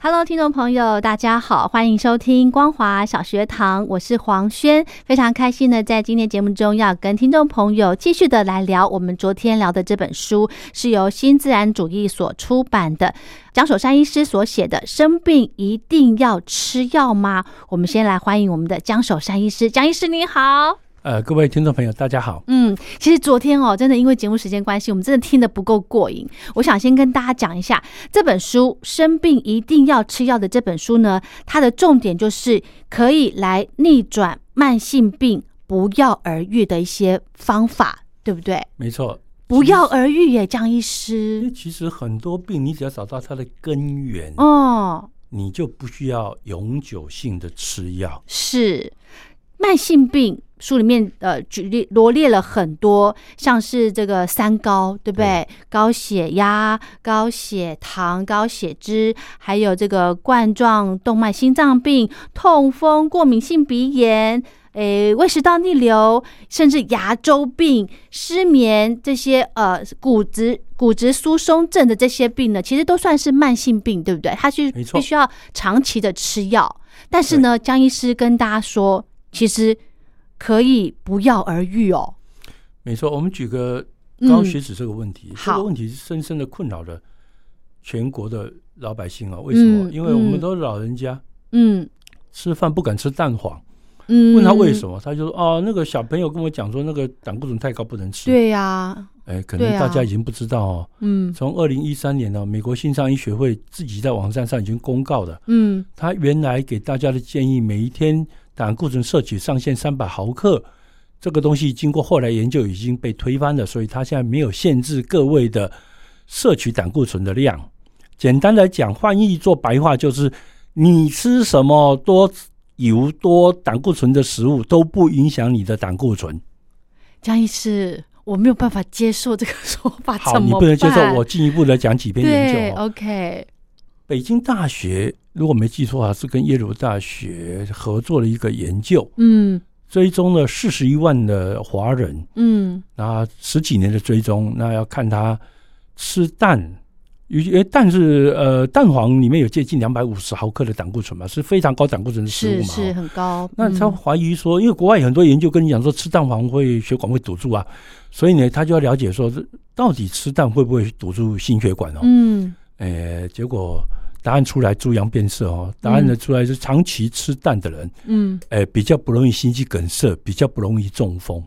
Hello，听众朋友，大家好，欢迎收听光华小学堂，我是黄轩，非常开心呢，在今天节目中要跟听众朋友继续的来聊我们昨天聊的这本书，是由新自然主义所出版的，江守山医师所写的《生病一定要吃药吗》？我们先来欢迎我们的江守山医师，江医师你好。呃，各位听众朋友，大家好。嗯，其实昨天哦，真的因为节目时间关系，我们真的听得不够过瘾。我想先跟大家讲一下这本书《生病一定要吃药》的这本书呢，它的重点就是可以来逆转慢性病不药而愈的一些方法，对不对？没错，不药而愈耶，江医因为师。其实很多病，你只要找到它的根源，哦，你就不需要永久性的吃药。是慢性病。书里面呃举例罗列了很多，像是这个三高，对不对？高血压、高血糖、高血脂，还有这个冠状动脉心脏病、痛风、过敏性鼻炎。诶，胃食道逆流，甚至牙周病、失眠这些呃骨质骨质疏松症的这些病呢，其实都算是慢性病，对不对？它是没错必须要长期的吃药。但是呢，江医师跟大家说，其实可以不药而愈哦。没错，我们举个嗯高血脂这个问题，这好个问题是深深的困扰了全国的老百姓啊。为什么？嗯因为我们嗯都老人家嗯吃饭不敢吃蛋黄，嗯，问他为什么？么，他就说哦，那个小朋友跟我讲说，那个胆固醇太高不能吃。对呀、哎，可对能啊大家已经不知道哦。嗯从二零一三年呢、美国心脏医学会自己在网站上已经公告了。嗯他原来给大家的建议，每一天胆固醇摄取上限三百毫克，这个东西经过后来研究已经被推翻了，所以他现在没有限制各位的摄取胆固醇的量。简单来讲，翻译做白话就是，你吃什么多油多胆固醇的食物都不影响你的胆固醇。江医师，我没有办法接受这个说法，好，啊怎你么不能接受办我进一步的讲几篇研对究、哦。 ，OK，北京大学如果没记错啊，是跟耶鲁大学合作了一个研究。嗯追踪了四十一万的华人，嗯那十几年的追踪，那要看他吃蛋，有因为蛋是呃蛋黄里面有接近两百五十毫克的胆固醇嘛，是非常高胆固醇的食是物嘛。是哦很高。嗯那他怀疑说，因为国外很多研究跟你讲说吃蛋黄会血管会堵住啊，所以呢，他就要了解说这到底吃蛋会不会堵住心血管哦？嗯诶、结果答案出来猪羊变色哦，答案呢出来是长期吃蛋的人。嗯哎，比较不容易心肌梗塞，比较不容易中风。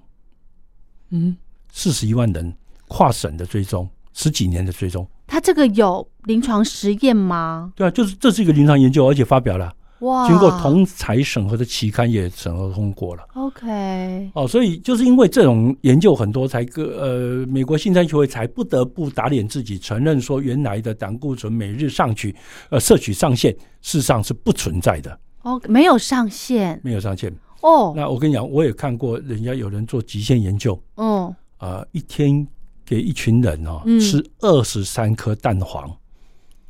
嗯，四十一万人跨省的追踪，十几年的追踪，他这个有临床实验吗？对啊，就是这是一个临床研究，而且发表了，哇，经过同才审核的期刊也审核通过了。 OK，哦，所以就是因为这种研究很多才，个呃，美国心脏学会才不得不打脸自己，承认说原来的胆固醇每日上取呃摄取上限事实上是不存在的，哦，没有上限没有上限。哦，那我跟你讲，我也看过人家有人做极限研究，嗯，呃，一天给一群人哦、嗯吃二十三颗蛋黄，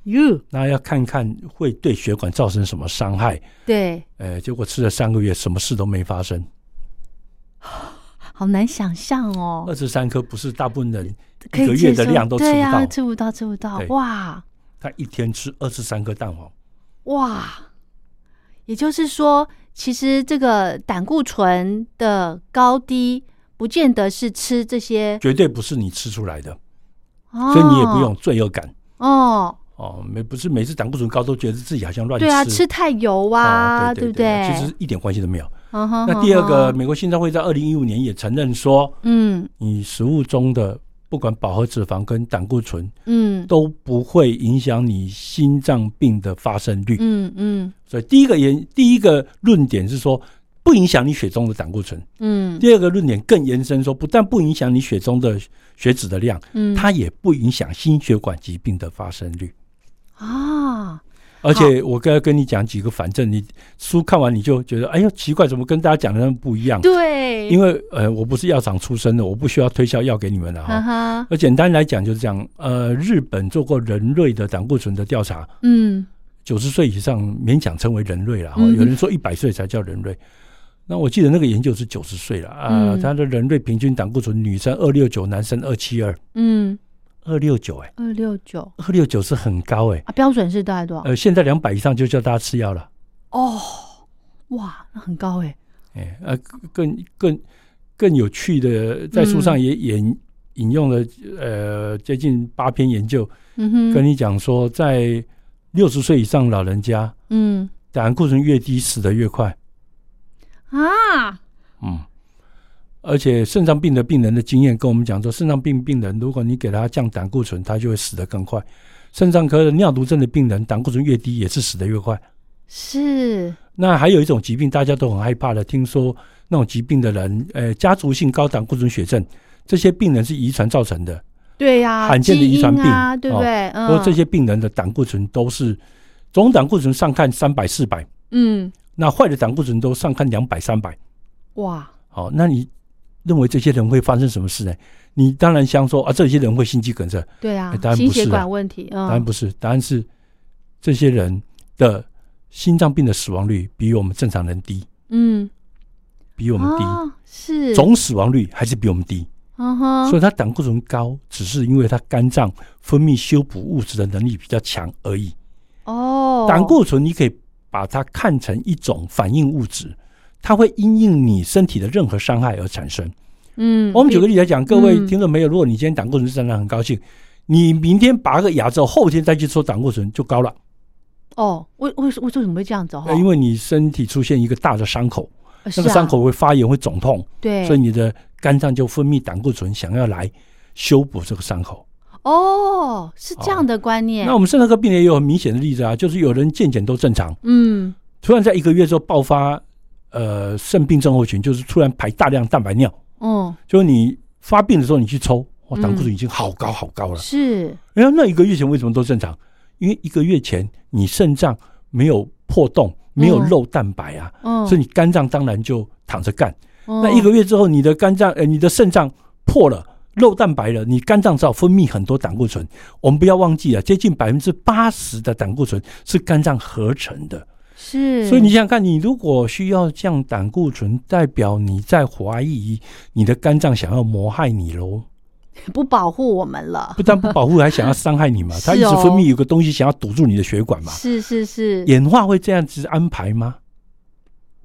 哟，那要看看会对血管造成什么伤害。对，呃，结果吃了三个月，什么事都没发生。好难想象哦二。十三颗不是大部分人可以呃一个月接的受量都吃不对啊到吃不到，吃不到，对哇他一天吃二十三颗蛋黄，哇！也就是说，其实这个胆固醇的高低，不见得是吃这些，绝对不是你吃出来的，哦、所以你也不用罪恶感哦。哦。没不是每次胆固醇高都觉得自己好像乱吃，对啊，吃太油哦啊，对不对？对？其实一点关系都没有。嗯哼那第二个，嗯哼美国心脏会在二零一五年也承认说，嗯你食物中的不管饱和脂肪跟胆固醇嗯都不会影响你心脏病的发生率。嗯嗯所以第一个研第一个论点是说，不影响你血中的胆固醇。嗯第二个论点更延伸说，不但不影响你血中的血脂的量，嗯，它也不影响心血管疾病的发生率。啊，而且我刚才跟你讲几个反正你书看完你就觉得，哎呦奇怪，怎么跟大家讲的那么不一样？对，因为为呃，我不是药厂出身的，我不需要推销药给你们了哈哈。哈，而简单来讲就是这样，呃，日本做过人类的胆固醇的调查，嗯九十岁以上勉强称为人类了哈。嗯有人说一百岁才叫人类，那我记得那个研究是九十岁了啊，嗯他的人类平均胆固醇女生二六九，男生二七二，嗯，二六九哎，二六九二六九是很高哎、啊，标准是大概多少？呃，现在两百以上就叫大家吃药了。哦，哇，那很高哎，哎，呃，更更更有趣的，在书嗯上也引引用了呃接近八篇研究，嗯哼，跟你讲说，在六十岁以上老人家，嗯胆固醇越低，死得越快。啊，嗯，而且肾脏病的病人的经验跟我们讲说，肾脏病病人，如果你给他降胆固醇，他就会死得更快。肾脏科的尿毒症的病人，胆固醇越低也是死得越快。是，那还有一种疾病，大家都很害怕的，听说那种疾病的人，呃，家族性高胆固醇血症，这些病人是遗传造成的。对呀，罕见的基遗因传病啊，对不哦对？不过嗯，这些病人的胆固醇都是总胆固醇上看三百四百，嗯，那坏的胆固醇都上看两百三百。哇，好，那你认为这些人会发生什么事呢？你当然想说啊，这些人会心肌梗塞，对啊哎当，然心不血是啊管问题，答案嗯，不是，答案是这些人的心脏病的死亡率比我们正常人低，嗯，比我我们低，是，总死亡率还是比我们低。嗯哼所，以它胆固醇高，只是因为它肝脏分泌修补物质的能力比较强而已。哦，胆固醇你可以把它看成一种反应物质，它会因应你身体的任何伤害而产生。嗯，我们举个比例来讲，各位嗯听众朋友，如果你今天胆固醇上来很高兴，你明天拔个牙之后，后天再去抽胆固醇就高了，哦，为为为为什么会这样子哦哈？因为你身体出现一个大的伤口，呃那个是啊啊伤口会发炎、会肿痛，对，所以你的肝脏就分泌胆固醇，想要来修补这个伤口。哦，是这样的观念。那我们肾脏科病人也有很明显的例子啊，就是有人健检都正常，嗯，突然在一个月之后爆发呃肾病症候群，就是突然排大量蛋白尿，嗯，就是你发病的时候你去抽，哇，嗯胆固醇已经好高好高了。是，哎、呀，那一个月前为什么都正常？因为一个月前你肾脏没有破洞，没有漏蛋白啊，嗯，所以你肝脏当然就躺着干。嗯那一个月之后，你的肝脏呃你的肾脏破了。漏蛋白了，你肝脏只好分泌很多胆固醇。我们不要忘记啊，接近百分之八十的胆固醇是肝脏合成的。是，所以你想想看，你如果需要降胆固醇，代表你在怀疑你的肝脏想要谋害你喽，不保护我们了不，但不保护，还想要伤害你嘛？ 是它一直哦分泌有个东西想要堵住你的血管嘛？是是是，演化会这样子安排吗？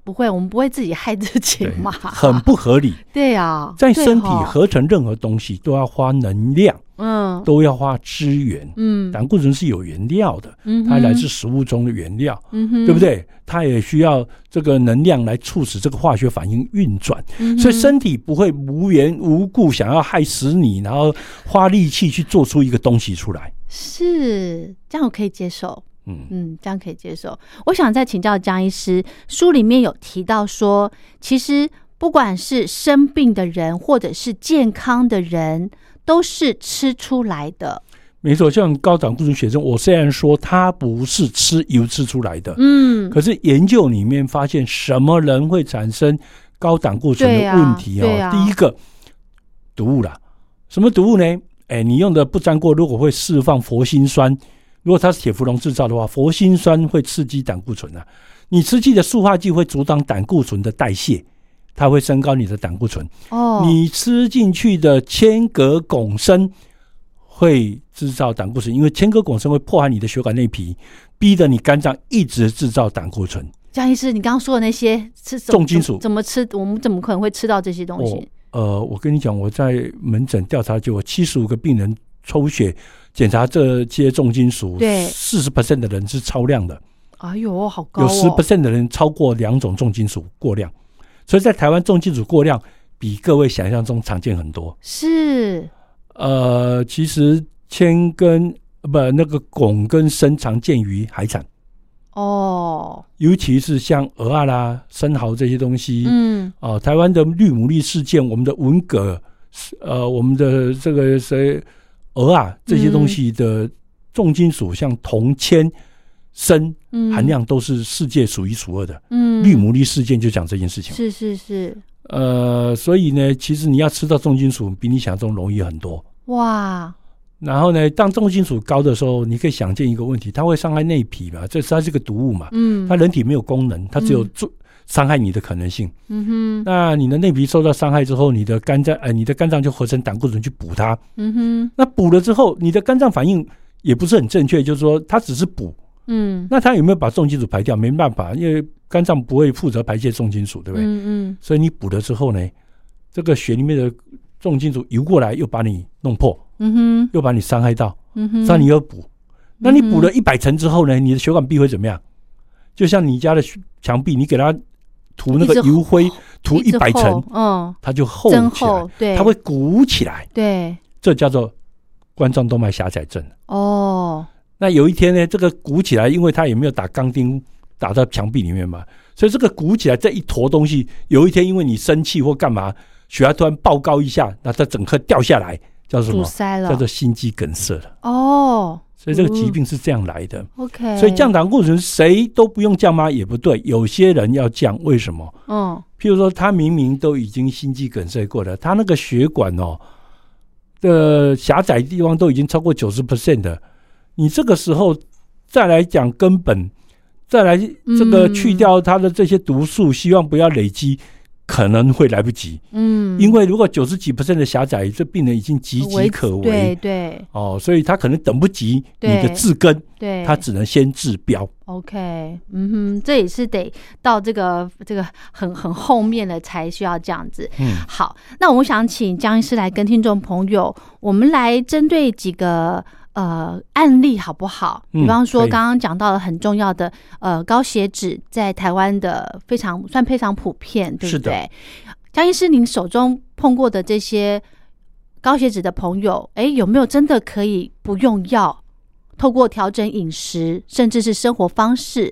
不会，我们不会自己害自己对嘛，很不 合理。对啊，在对身体吼合成任何东西都要花能量，嗯都要花资源。嗯胆固醇是有原料的，嗯哼，它来自食物中的原料，嗯哼，对不对？它也需要这个能量来促使这个化学反应运转。嗯哼？所以身体不会无缘无故想要害死你，然后花力气去做出一个东西出来。是这样，我可以接受。嗯，嗯，这样可以接受。我想再请教江医师，书里面有提到说，其实不管是生病的人或者是健康的人，都是吃出来的。没错，像高胆固醇血症，我虽然说它不是吃油吃出来的，嗯，可是研究里面发现什么人会产生高胆固醇对的啊问题哦？对啊第一个毒物啦，什么毒物呢？哎，你用的不粘锅如果会释放佛辛酸，如果它是铁氟龙制造的话，佛辛酸会刺激胆固醇啊。你吃进的塑化剂会阻挡胆固醇的代谢，它会升高你的胆固醇。哦，你吃进去的铅镉汞砷会制造胆固醇，因为铅镉汞砷会破坏你的血管内皮，逼得你肝脏一直制造胆固醇。江医师，你刚刚说的那些吃怎么重金属怎么吃？我们怎么可能会吃到这些东我西？呃，我跟你讲，我在门诊调查结果，七十五个病人抽血检查这些重金属，对四十 percent 的人是超量的，哎呦，好高、哦！有十 percent 的人超过两种重金属过量，所以在台湾重金属过量比各位想象中常见很多。是呃，其实铅跟呃不那个汞跟砷常见于海产，哦，尤其是像鹅啊啦、生蚝这些东西。嗯，哦、台湾的绿牡蛎事件，我们的文革，呃，我们的这个谁鹅啊这些东西的重金属，像铜、铅、砷嗯含量都是世界数一数二的。嗯绿牡蛎事件就讲这件事情。是是是，呃，所以呢，其实你要吃到重金属，比你想象中容易很多。哇，然后呢，当重金属高的时候，你可以想见一个问题，它会伤害内皮嘛？这是它是个毒物嘛？嗯，它人体没有功能，它只有嗯做伤害你的可能性。嗯哼，那你的内皮受到伤害之后，你的肝脏呃，你的肝脏就合成胆固醇去补它。嗯哼，那补了之后，你的肝脏反应也不是很正确，就是说它只是补，嗯，那它有没有把重金属排掉？没办法，因为肝脏不会负责排泄重金属，对不对？嗯嗯，所以你补了之后呢，这个血里面的重金属游过来，又把你弄破，嗯哼，又把你伤害到，嗯哼，那你又补。那你补了嗯一百层之后呢，你的血管壁会怎么样？就像你家的墙壁，你给它涂那个一直油灰，涂一直百层厚，嗯，它就厚增起来厚，，对，它会鼓起来，对，这叫做冠状动脉狭窄症。哦，那有一天呢，这个鼓起来，因为它也没有打钢钉打到墙壁里面嘛，所以这个鼓起来这一坨东西，有一天因为你生气或干嘛，血压突然爆高一下，那它整颗掉下来，叫什阻么？塞了，叫做心肌梗塞了。哦所以这个疾病是这样来的。 ，OK，所以降胆固醇谁都不用降吗？也不对，有些人要降，为什么？嗯，譬如说，他明明都已经心肌梗塞过了，他那个血管哦的狭窄地方都已经超过九十 percent 的，你这个时候再来讲根本，再来这个嗯去掉他的这些毒素，希望不要累积，可能会来不及。嗯，因为如果九十几 percent 的狭窄，这病人已经岌为岌可对危对哦，所以他可能等不及你的对治根，对，他只能先治标。 OK，嗯哼，这也是得到这个这个很很后面了才需要这样子。嗯，好，那我想请江医师来跟听众朋友，我们来针对几个呃案例好不好？嗯比方说可以刚刚讲到了很重要的呃高血脂在台湾的非常算非常普遍，对不是的对？江医师，您手中碰过的这些高血脂的朋友，哎，有没有真的可以不用药，透过调整饮食，甚至是生活方式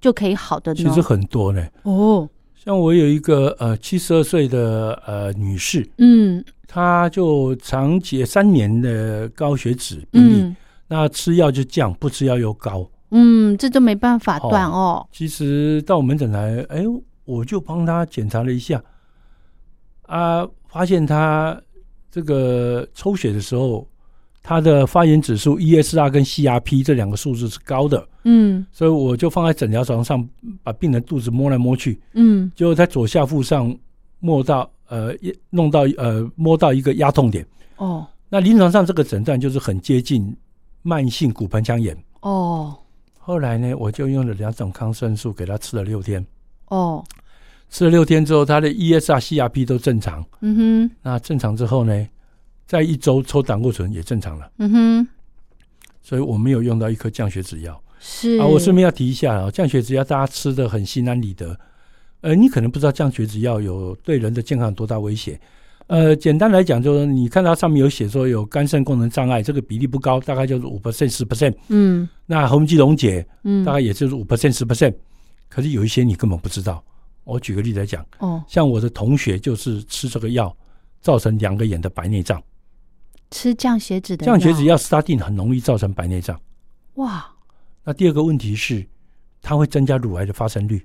就可以好的呢？其实很多呢。哦，像我有一个呃七十二岁的呃女士，嗯她就长解三年的高血脂病例，嗯那吃药就降，不吃药又高。嗯，这都没办法哦断哦。其实到我门诊来，哎，我就帮她检查了一下，啊，发现她这个抽血的时候，她的发炎指数 ESR 跟 CRP 这两个数字是高的，嗯所以我就放在诊疗床上，把病人肚子摸来摸去，嗯，结果在左下腹上摸到呃，一弄到呃，摸到一个压痛点。哦那临床上这个诊断就是很接近慢性骨盆腔炎。哦后来呢，我就用了两种抗生素给他吃了六天，哦，吃了六天之后，他的 E ESR、CRP 都正常。嗯哼那正常之后呢，在一周抽胆固醇也正常了，嗯所以我没有用到一颗降血脂药。哼，是啊，我顺便要提一下啊，降血脂药大家吃的很心安理得，呃，你可能不知道降血脂药有对人的健康有多大威胁。呃，简单来讲，就是你看它上面有写说有肝肾功能障碍，这个比例不高，大概就是五 percent 十 percent。嗯那红肌溶解嗯大概也就是五 percent 十 percent，可是有一些你根本不知道。我举个例子来讲，哦，像我的同学就是吃这个药，造成两个眼的白内障。吃降血脂的啊降血脂药 statin 很容易造成白内障。哇那第二个问题是，它会增加乳癌的发生率。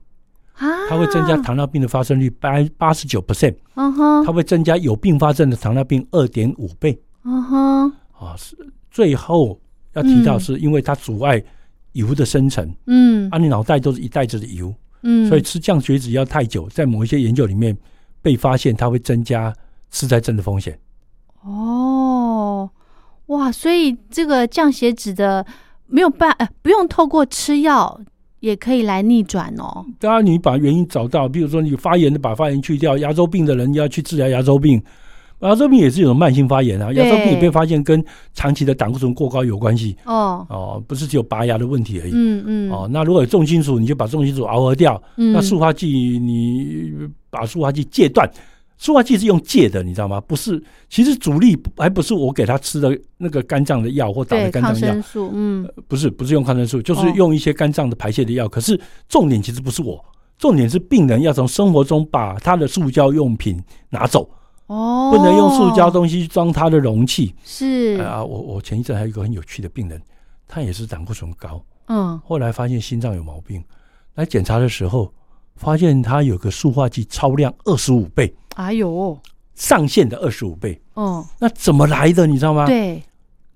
啊，它会增加，糖尿病的发生率八八十九 percent，嗯哼它会增加有并发症的糖尿病二点五倍嗯哼，啊。是最后要提到嗯是因为它阻碍油的生成，嗯啊，你脑袋都是一袋子的油，嗯，所以吃降血脂药太久，在某一些研究里面被发现它会增加痴呆症的风险。哦，哇，所以这个降血脂的没有办，呃，不用透过吃药也可以来逆转哦。当然，你把原因找到，比如说你发炎的把发炎去掉，牙周病的人要去治疗牙周病，亚洲病也是一种慢性发炎啊，对亚洲病也被发现跟长期的胆固醇过高有关系哦，哦，不是只有拔牙的问题而已。嗯嗯，哦，那如果有重金属，你就把重金属熬合掉。嗯，那塑化剂，你把塑化剂戒断。塑化剂是用戒的，你知道吗？不是，其实主力还不是我给他吃的那个肝脏的药或打的对肝抗脏药生，素，嗯，不是，不是用抗生素，就是哦用一些肝脏的排泄的药。可是重点其实不是我，重点是病人要从生活中把他的塑胶用品拿走，哦，呃不能用塑胶东西装他的容器。是，啊，我我前一阵还有一个很有趣的病人，他也是胆固醇高，嗯，后来发现心脏有毛病，来检查的时候发现他有个塑化剂超量二十五倍，哎呦，上限的二十五倍。嗯，那怎么来的？你知道吗？，对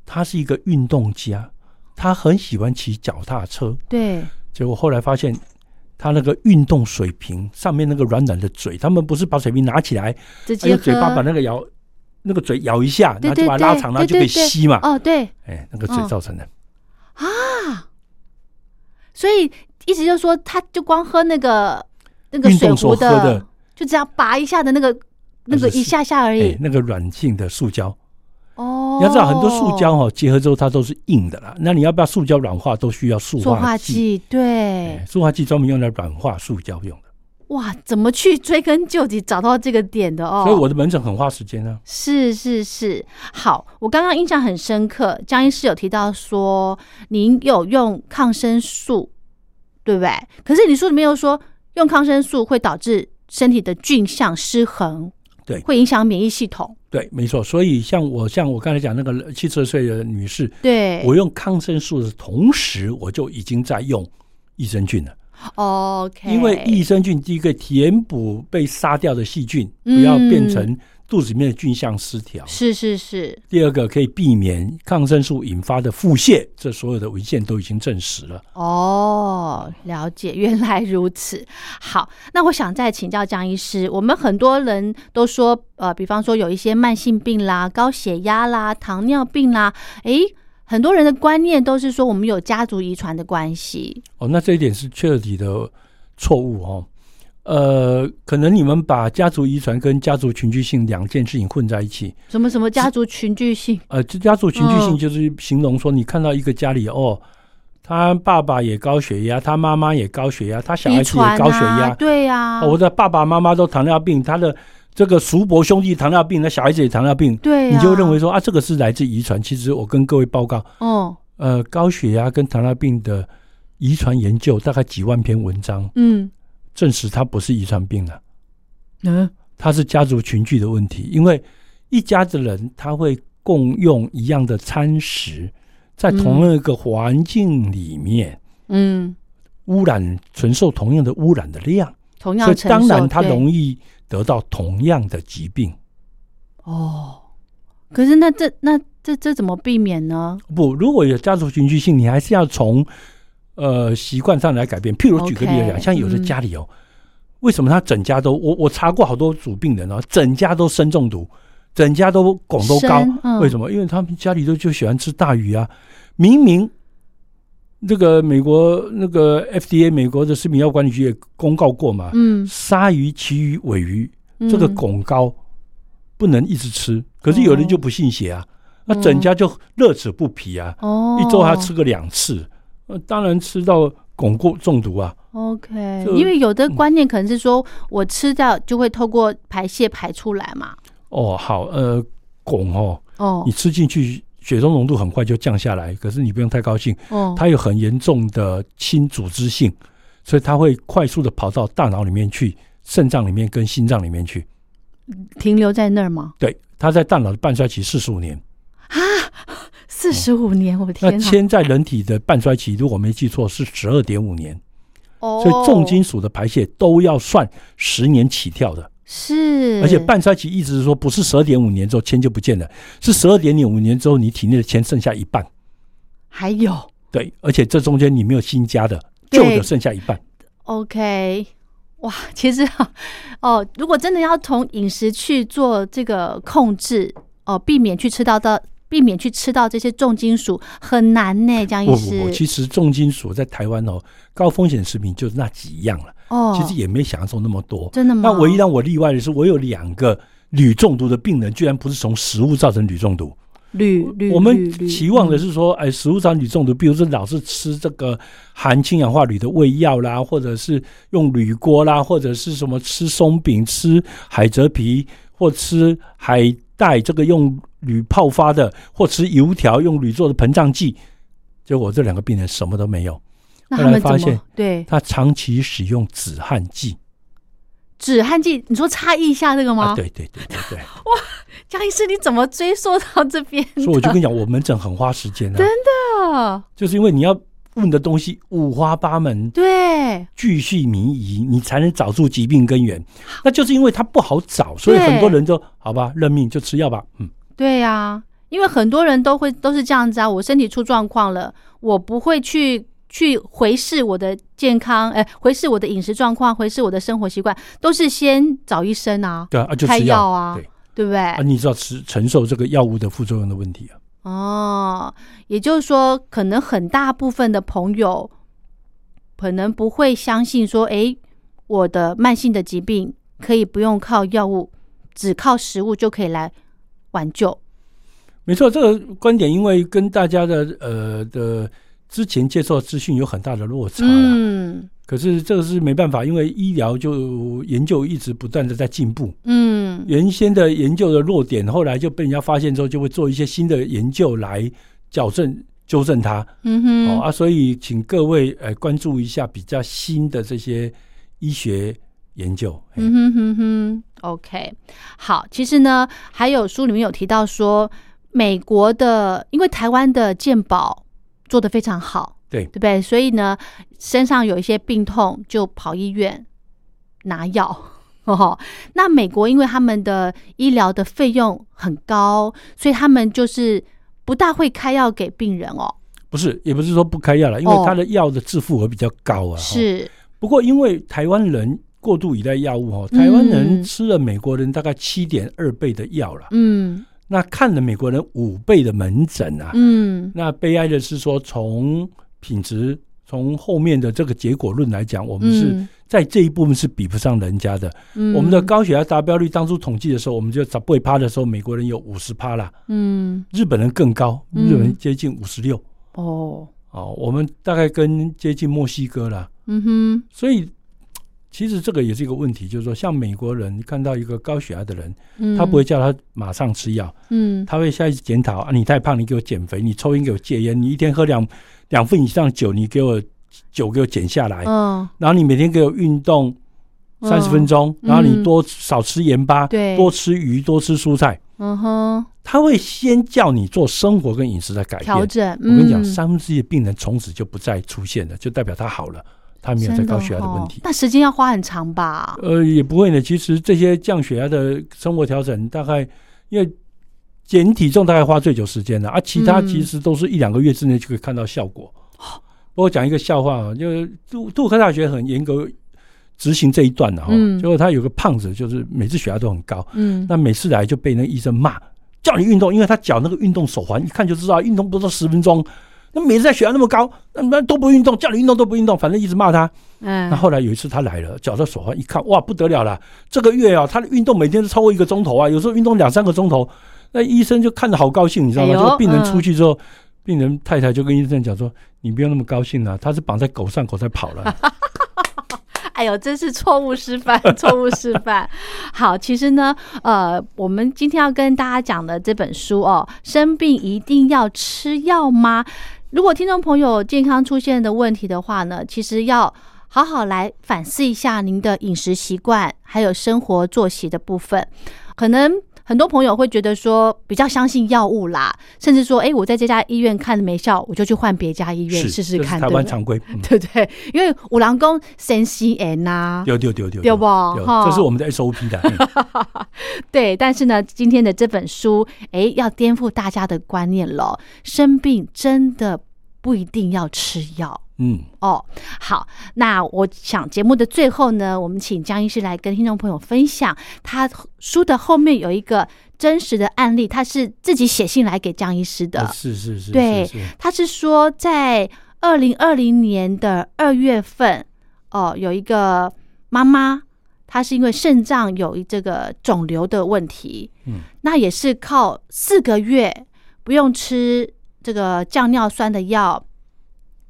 他是一个运动家，他很喜欢骑脚踏车，对，结果后来发现。他那个运动水瓶上面那个软软的嘴，他们不是把水瓶拿起来，直哎接用喝，嘴巴把那个咬，那个嘴咬一下，对然后就把它对拉对长，对然后就可以对对吸嘛。哦，对，哎，那个嘴嗯造成的。所以意思就是说，他就光喝那个那个运水壶动所喝的就这样拔一下的那个那个那是一下下而哎已，。那个软性的塑胶，哦，你要知道很多塑胶哦，结合之后它都是硬的啦。那你要不要塑胶软化，都需要塑塑化剂。剂，对啊哎，塑化剂专门用来软化塑胶用的，哇，怎么去追根究底找到这个点的哦？所以我的门诊很花时间啊。是是是，好，我刚刚印象很深刻，江医师有提到说您有用抗生素，对不对？可是你书里面又说用抗生素会导致身体的菌相失衡，对会影响免疫系统，对，没错。所以像我像我刚才讲那个七十岁的女士，对，我用抗生素的同时，我就已经在用益生菌了。哦 OK，因为益生菌第一个填补被杀掉的细菌，不嗯要变成肚子里面的菌相失调。是是是，第二个可以避免抗生素引发的腹泻，这所有的文献都已经证实了。哦，了解，原来如此。好，那我想再请教江医师，我们很多人都说，呃，比方说有一些慢性病啦、高血压啦、糖尿病啦，诶，很多人的观念都是说我们有家族遗传的关系。哦，那这一点是彻底的错误哦。呃，可能你们把家族遗传跟家族群居性两件事情混在一起。什么什么家族群聚性？呃，这家族群居性嗯就是形容说，你看到一个家里哦，他爸爸也高血压，他妈妈也高血压，他小孩遗子也传高血压，啊，对呀、哦我的爸爸妈妈都糖尿病，他的这个叔伯兄弟糖尿病，那小孩子也糖尿病，对呀、你就会认为，说啊，这个是来自遗传。其实我跟各位报告，哦，呃，高血压跟糖尿病的遗传研究大概几万篇文章。嗯证实它不是遗传病了、嗯，它是家族群聚的问题。因为一家子人他会共用一样的餐食，在同样一个环境里面，嗯，污染承受同样的污染的量，同所样以承当受，然它对容易得到同样的疾病。哦。可是那这那这这怎么避免呢？不，如果有家族群聚性，你还是要从呃习惯上来改变。譬如 OK，举个例来讲，像有的嗯家里哦，为什么他整家都我我查过好多组病人哦，整家都生中毒，整家都汞都高，生嗯为什么？因为他们家里都就喜欢吃大鱼啊。明明那个美国那个 FDA 美国的食品药管理局也公告过嘛，嗯，鲨鱼、旗鱼、尾鱼啊这个嗯汞高不能一直吃，可是有人就不信邪啊，那整家就乐此不疲啊，哦，一周还吃个两次，呃，当然吃到汞过中毒啊。 OK，就嗯因为有的观念可能是说我吃掉就会透过排泄排出来嘛。哦，好，呃，汞哦，哦你吃进去血中浓度很快就降下来，可是你不用太高兴，哦，它有很严重的亲组织性，所以它会快速的跑到大脑里面去、肾脏里面跟心脏里面去。停留在那儿吗？对，它在大脑的半衰期四十五年，四十五年，我的那天哪！铅在人体的半衰期，如果没记错是十二点五年，哦所以重金属的排泄都要算十年起跳的，是，而且半衰期意思是说不是十二点五年之后铅就不见了，是十二点五年之后你体内的铅剩下一半，还有对，而且这中间你没有新加的，旧对的剩下一半。 OK，哇，其实 啊哦，如果真的要从饮食去做这个控制哦，避免去吃到到避免去吃到这些重金属很难呢，江医不不不，师其实重金属在台湾哦，高风险食品就是那几样了，哦，其实也没想象中那么多。真的吗？那唯一让我例外的是，我有两个铝中毒的病人居然不是从食物造成铝中毒。铝铝，我们铝期望的，是说，哎，食物上铝中毒，比如说老是吃这个含氢氧化铝的胃药啦，或者是用铝锅啦，或者是什么吃松饼、吃海蜇皮或吃海带，这个用铝泡发的，或吃油条用铝做的膨胀剂。结果这两个病人什么都没有，嗯那后他来们发怎现么对他长期使用止汗剂止汗剂？你说擦一下这个啊，吗？对对对对对，江医师，你怎么追溯到这边的？所以我就跟你讲，我门诊很花时间 啊真，的就是因为你要问的东西五花八 门，对继续迷疑，你才能找出疾病根源。那就是因为它不好找，所以很多人都好吧，认命就吃药吧。嗯，对呀、因为很多人都会都是这样子啊，我身体出状况了，我不会去去回视我的健康，哎、回视我的饮食状况，回视我的生活习惯，都是先找医生啊，对啊，啊就开吃药药啊对对不对？啊，你知道吃承受这个药物的副作用的问题啊。哦，也就是说，可能很大部分的朋友可能不会相信说，诶，我的慢性的疾病可以不用靠药物，只靠食物就可以来挽救。没错，这个观点因为跟大家的呃的之前接受的资讯有很大的落差、啊，嗯可是这个是没办法，因为医疗就研究一直不断的在进步，嗯，原先的研究的弱点，后来就被人家发现之后，就会做一些新的研究来矫正纠正它。嗯哼，哦啊，所以请各位呃关注一下比较新的这些医学研究。嗯嗯哼哼哼，OK，好，其实呢，还有书里面有提到说，美国的因为台湾的健保做得非常好，对对不对？所以呢，身上有一些病痛就跑医院拿药。哦，那美国因为他们的医疗的费用很高，所以他们就是不大会开药给病人哦。不是，也不是说不开药了，因为哦它的药的自付额比较高啊。哦。是，不过因为台湾人过度依赖药物哦，台湾嗯人吃了美国人大概七点二倍的药了，嗯那看了美国人五倍的门诊啊。嗯那悲哀的是说，从品质。从后面的这个结果论来讲，我们是嗯在这一部分是比不上人家的。嗯我们的高血压达标率当初统计的时候，我们就十倍趴的时候，美国人有五十趴啦，嗯日本人更高，嗯日本人接近五十六哦哦，我们大概跟接近墨西哥啦。嗯哼所以嘖其实这个也是一个问题，就是说，像美国人看到一个高血压的人，嗯，他不会叫他马上吃药，嗯他会下一次检讨啊，你太胖，你给我减肥，你抽烟给我戒烟，你一天喝两两份以上酒，你给我酒给我减下来，嗯然后你每天给我运动三十分钟，嗯然后你多少吃盐巴，对多吃鱼，多吃蔬菜。嗯哼，他会先叫你做生活跟饮食的改变。调我整。跟你讲，嗯三分之一的病人从此就不再出现了，就代表他好了，他没有再真的高血压的问哦题。那时间要花很长吧？呃，也不会呢。其实这些降血压的生活调整，大概因为减体重大概花最久时间了啊，其他嗯哦其实都是一两个月之内就可以看到效果。不过讲一个笑话啊，就是杜杜克大学很严格执行这一段的哈、嗯结果他有个胖子，就是每次血压都很高，嗯，那每次来就被那个医生骂，叫你运动，因为他脚那个运动手环一看就知道，运动不到十分钟。那每次在血压那么高，那那都不运动，叫你运动都不运动，反正一直骂他。嗯那后来有一次他来了，脚到手环一看，哇，不得了了！这个月啊，他的运动每天都超过一个钟头啊，有时候运动两三个钟头。那医生就看着好高兴，你知道吗？哎呦这个病人出嗯去之后，病人太太就跟医生讲说：“你不要那么高兴了、他是绑在狗上，狗在跑 了。哎呦，真是错误示范，错误示范。好，其实呢，呃，我们今天要跟大家讲的这本书哦，《生病一定要吃药吗》？如果听众朋友健康出现的问题的话呢，其实要好好来反思一下您的饮食习惯，还有生活作息的部分。可能很多朋友会觉得说比较相信药物啦，甚至说，哎，我在这家医院看没效，我就去换别家医院是”试试这是看，台对湾不对？常规。嗯 对不对？因为五郎公神西炎呐，丢丢丢丢对丢不？有哈，这是我们的 SOP 的。嗯对。但是呢，今天的这本书，哎，要颠覆大家的观念了。生病真的不一定要吃药嗯，哦。好，那我想节目的最后呢，我们请江医师来跟听众朋友分享，他书的后面有一个真实的案例，他是自己写信来给江医师的啊。是是是，对是是他是说在二零二零年的二月份，哦、有一个妈妈，他是因为肾脏有一这个肿瘤的问题，嗯，那也是靠四个月不用吃这个降尿酸的药，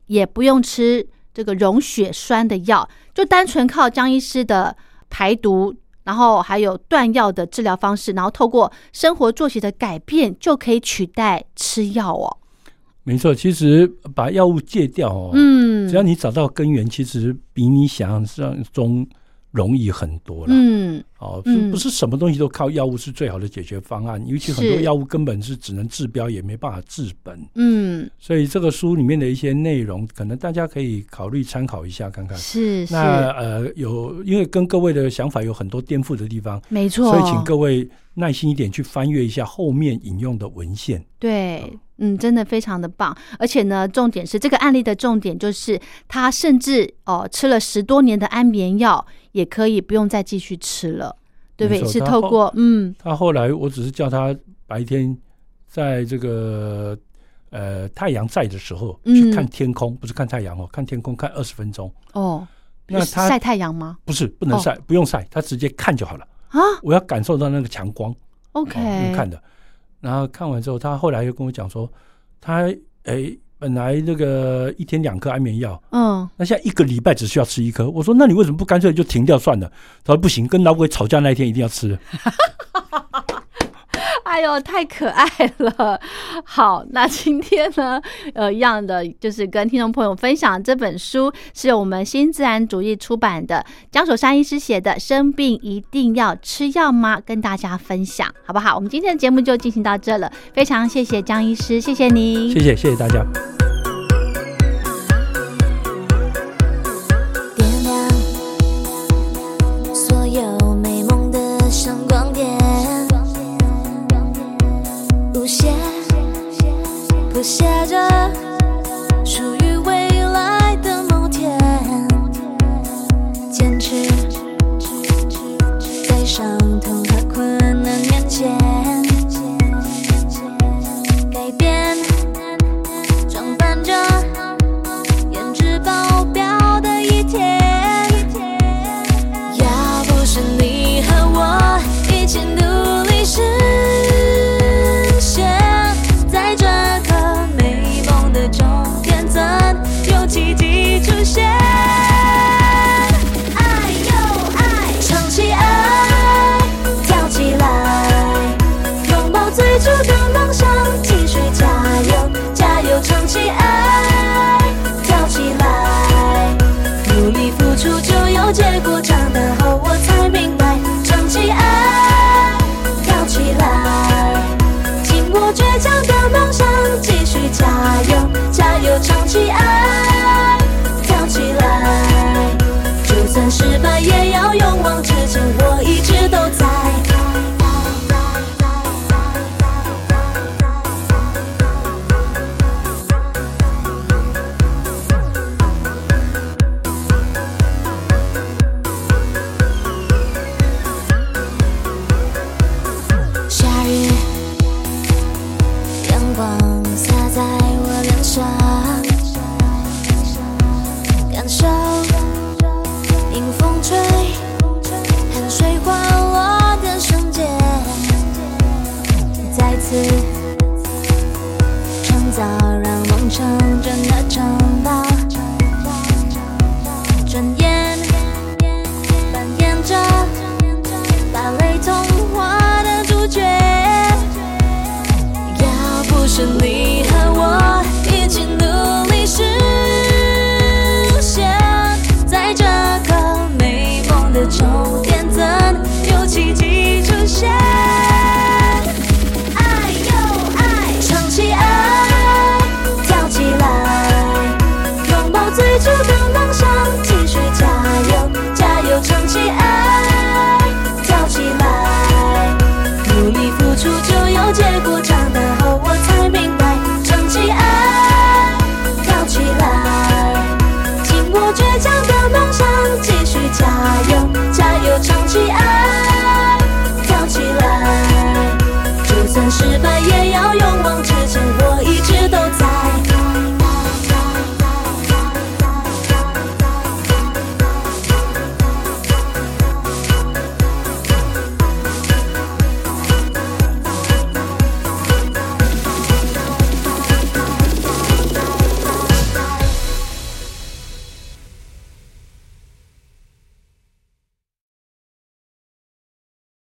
也不用吃这个溶血栓的药，就单纯靠江医师的排毒，然后还有断药的治疗方式，然后透过生活作息的改变就可以取代吃药哦。没错，其实把药物戒掉哦，嗯，只要你找到根源，其实比你想象中容易很多了。嗯哦，嗯是不是什么东西都靠药物是最好的解决方案？尤其很多是药物根本是只能治标，也没办法治本。嗯所以这个书里面的一些内容，可能大家可以考虑参考一下看看。是是，那呃，有因为跟各位的想法有很多颠覆的地方，没错。所以请各位耐心一点去翻阅一下后面引用的文献。对，嗯，真的非常的棒。而且呢，重点是这个案例的重点就是，他甚至哦、吃了十多年的安眠药，也可以不用再继续吃了，对不没对？错是他透后过嗯他后来我只是叫他白天在这个呃太阳在的时候嗯去看天空，不是看太阳哦，看天空看二十分钟。哦，那是他晒太阳吗？不是不能哦晒，不用晒，他直接看就好了。啊我要感受到那个强光。 ，OK，、哦用看的。然后看完之后，他后来又跟我讲说，他诶本来那个一天两颗安眠药，嗯，那现在一个礼拜只需要吃一颗。我说那你为什么不干脆就停掉算了？他说不行，跟老鬼吵架那一天一定要吃。 哎呦，太可爱了！ 好，那今天呢，呃，一样的就是跟听众朋友分享这本书，是由我们新自然主义出版的江守山医师写的《生病一定要吃药吗》，跟大家分享，好不好？我们今天的节目就进行到这了，非常谢谢江医师，谢谢您，谢谢谢谢大家。